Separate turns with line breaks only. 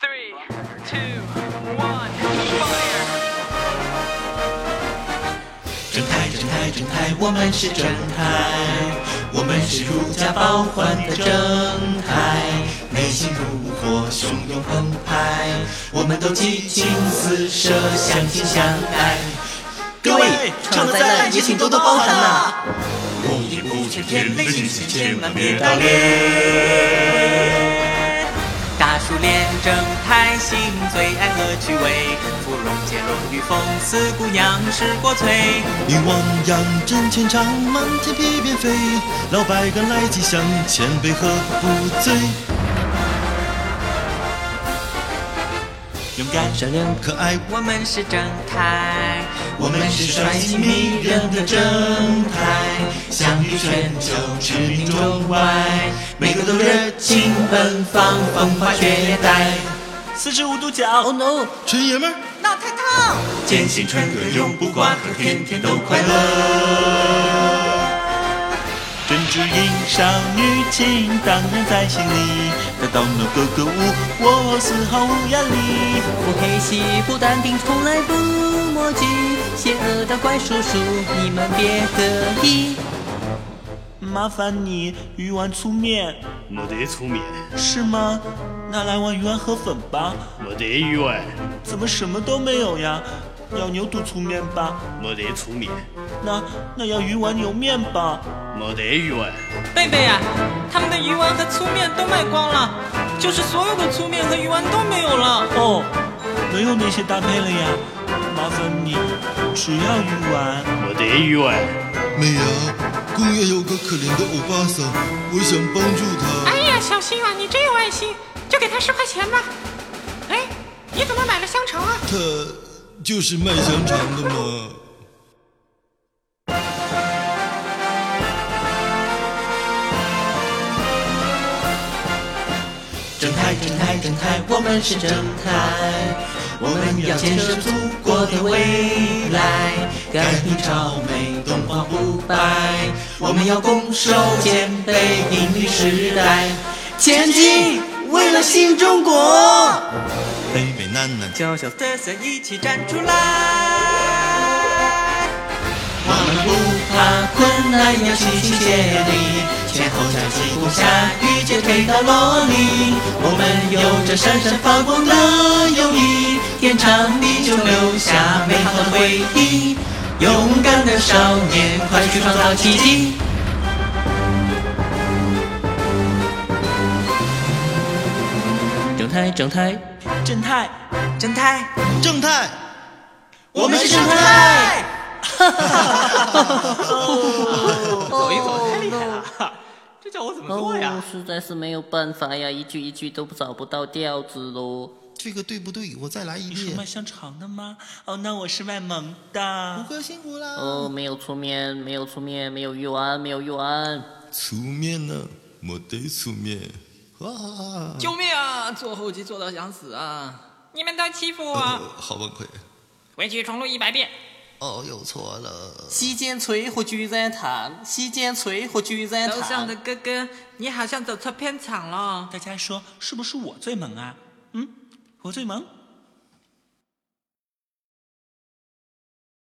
Three, two, one, fire!
正太正太正太，我们是正太，我们是如假包换的正太，内心如火汹涌澎湃，我们都激情四射，相亲相爱。各位，
场
得
灾难也请多多包涵呐。
不一不全天雷惊心，千万别打脸。
大叔恋正太心，最爱恶趣味，芙蓉姐龙与凤四姑娘是国粹。
女王扬针前长，满天皮鞭飞，老百杆来吉祥，千杯喝不醉。勇敢、善良、可爱，
我们是正太，
我们是率性迷人的正太，享誉全球，驰名中外，每个都热情奔放，风华绝代。四十五度角，Oh no，纯爷们儿，
老太烫，
坚信川哥永不挂科，天天都快乐。专注应少女情，当然在心里。他到了格格舞，我丝毫无压力。
不黑心，不淡定，从来不墨迹，邪恶的怪叔叔，你们别得意。
麻烦你鱼丸粗面
我的粗面，
是吗？那来碗鱼丸河粉吧。
我的鱼丸，
怎么什么都没有呀？要牛肚粗面吧？
我的粗面，
那那要鱼丸牛面吧？
我的鱼丸，
贝贝啊，他们的鱼丸和粗面都卖光了，就是所有的粗面和鱼丸都没有了。
哦，没有那些搭配了呀。麻烦你，只要鱼丸。
我的鱼丸，
美伢，公园有个可怜的欧巴桑，我想帮助他。
哎呀，小新啊，你真有爱心，就给他十块钱吧。哎，你怎么买了香肠啊？
他就是卖香肠的嘛。
正太正太正太，我们是正太，我们要建设祖国的未来，改变朝美，东方不败，我们要拱手肩背，引领时代，前进，为了新中国。
北美南南，
小小特色一起站出来。
我们不怕困难，要齐心协力，前后脚疾步下雨就推到落里。我们有着闪闪发光的友谊，天长地久留下美好的回忆。勇敢的少年，快去创造奇迹！
正太，正太，
正太，
正太，
正太，
我们是正 太。
走一走，太厉害了，这叫我怎么做
哦
呀？
哦实在是没有办法呀，一句一句都找不到调子喽。
这个对不对？我再来一
你是卖
遍。
香肠的吗？哦，那我是卖萌的
胡。哥辛苦啦。
哦，没有粗面，没有粗面，没有鱼丸，没有鱼丸。
粗面呢？没得粗面。啊，
救命啊！坐后机坐到想死啊！
你们都欺负我，
呃好崩溃。
回去重录一百遍。
哦，又错了。
西间锤火炬在弹，西间锤火炬在
楼上的
弹。
哥哥，你好像走错片场了。
大家说是不是我最萌啊？嗯，我最萌。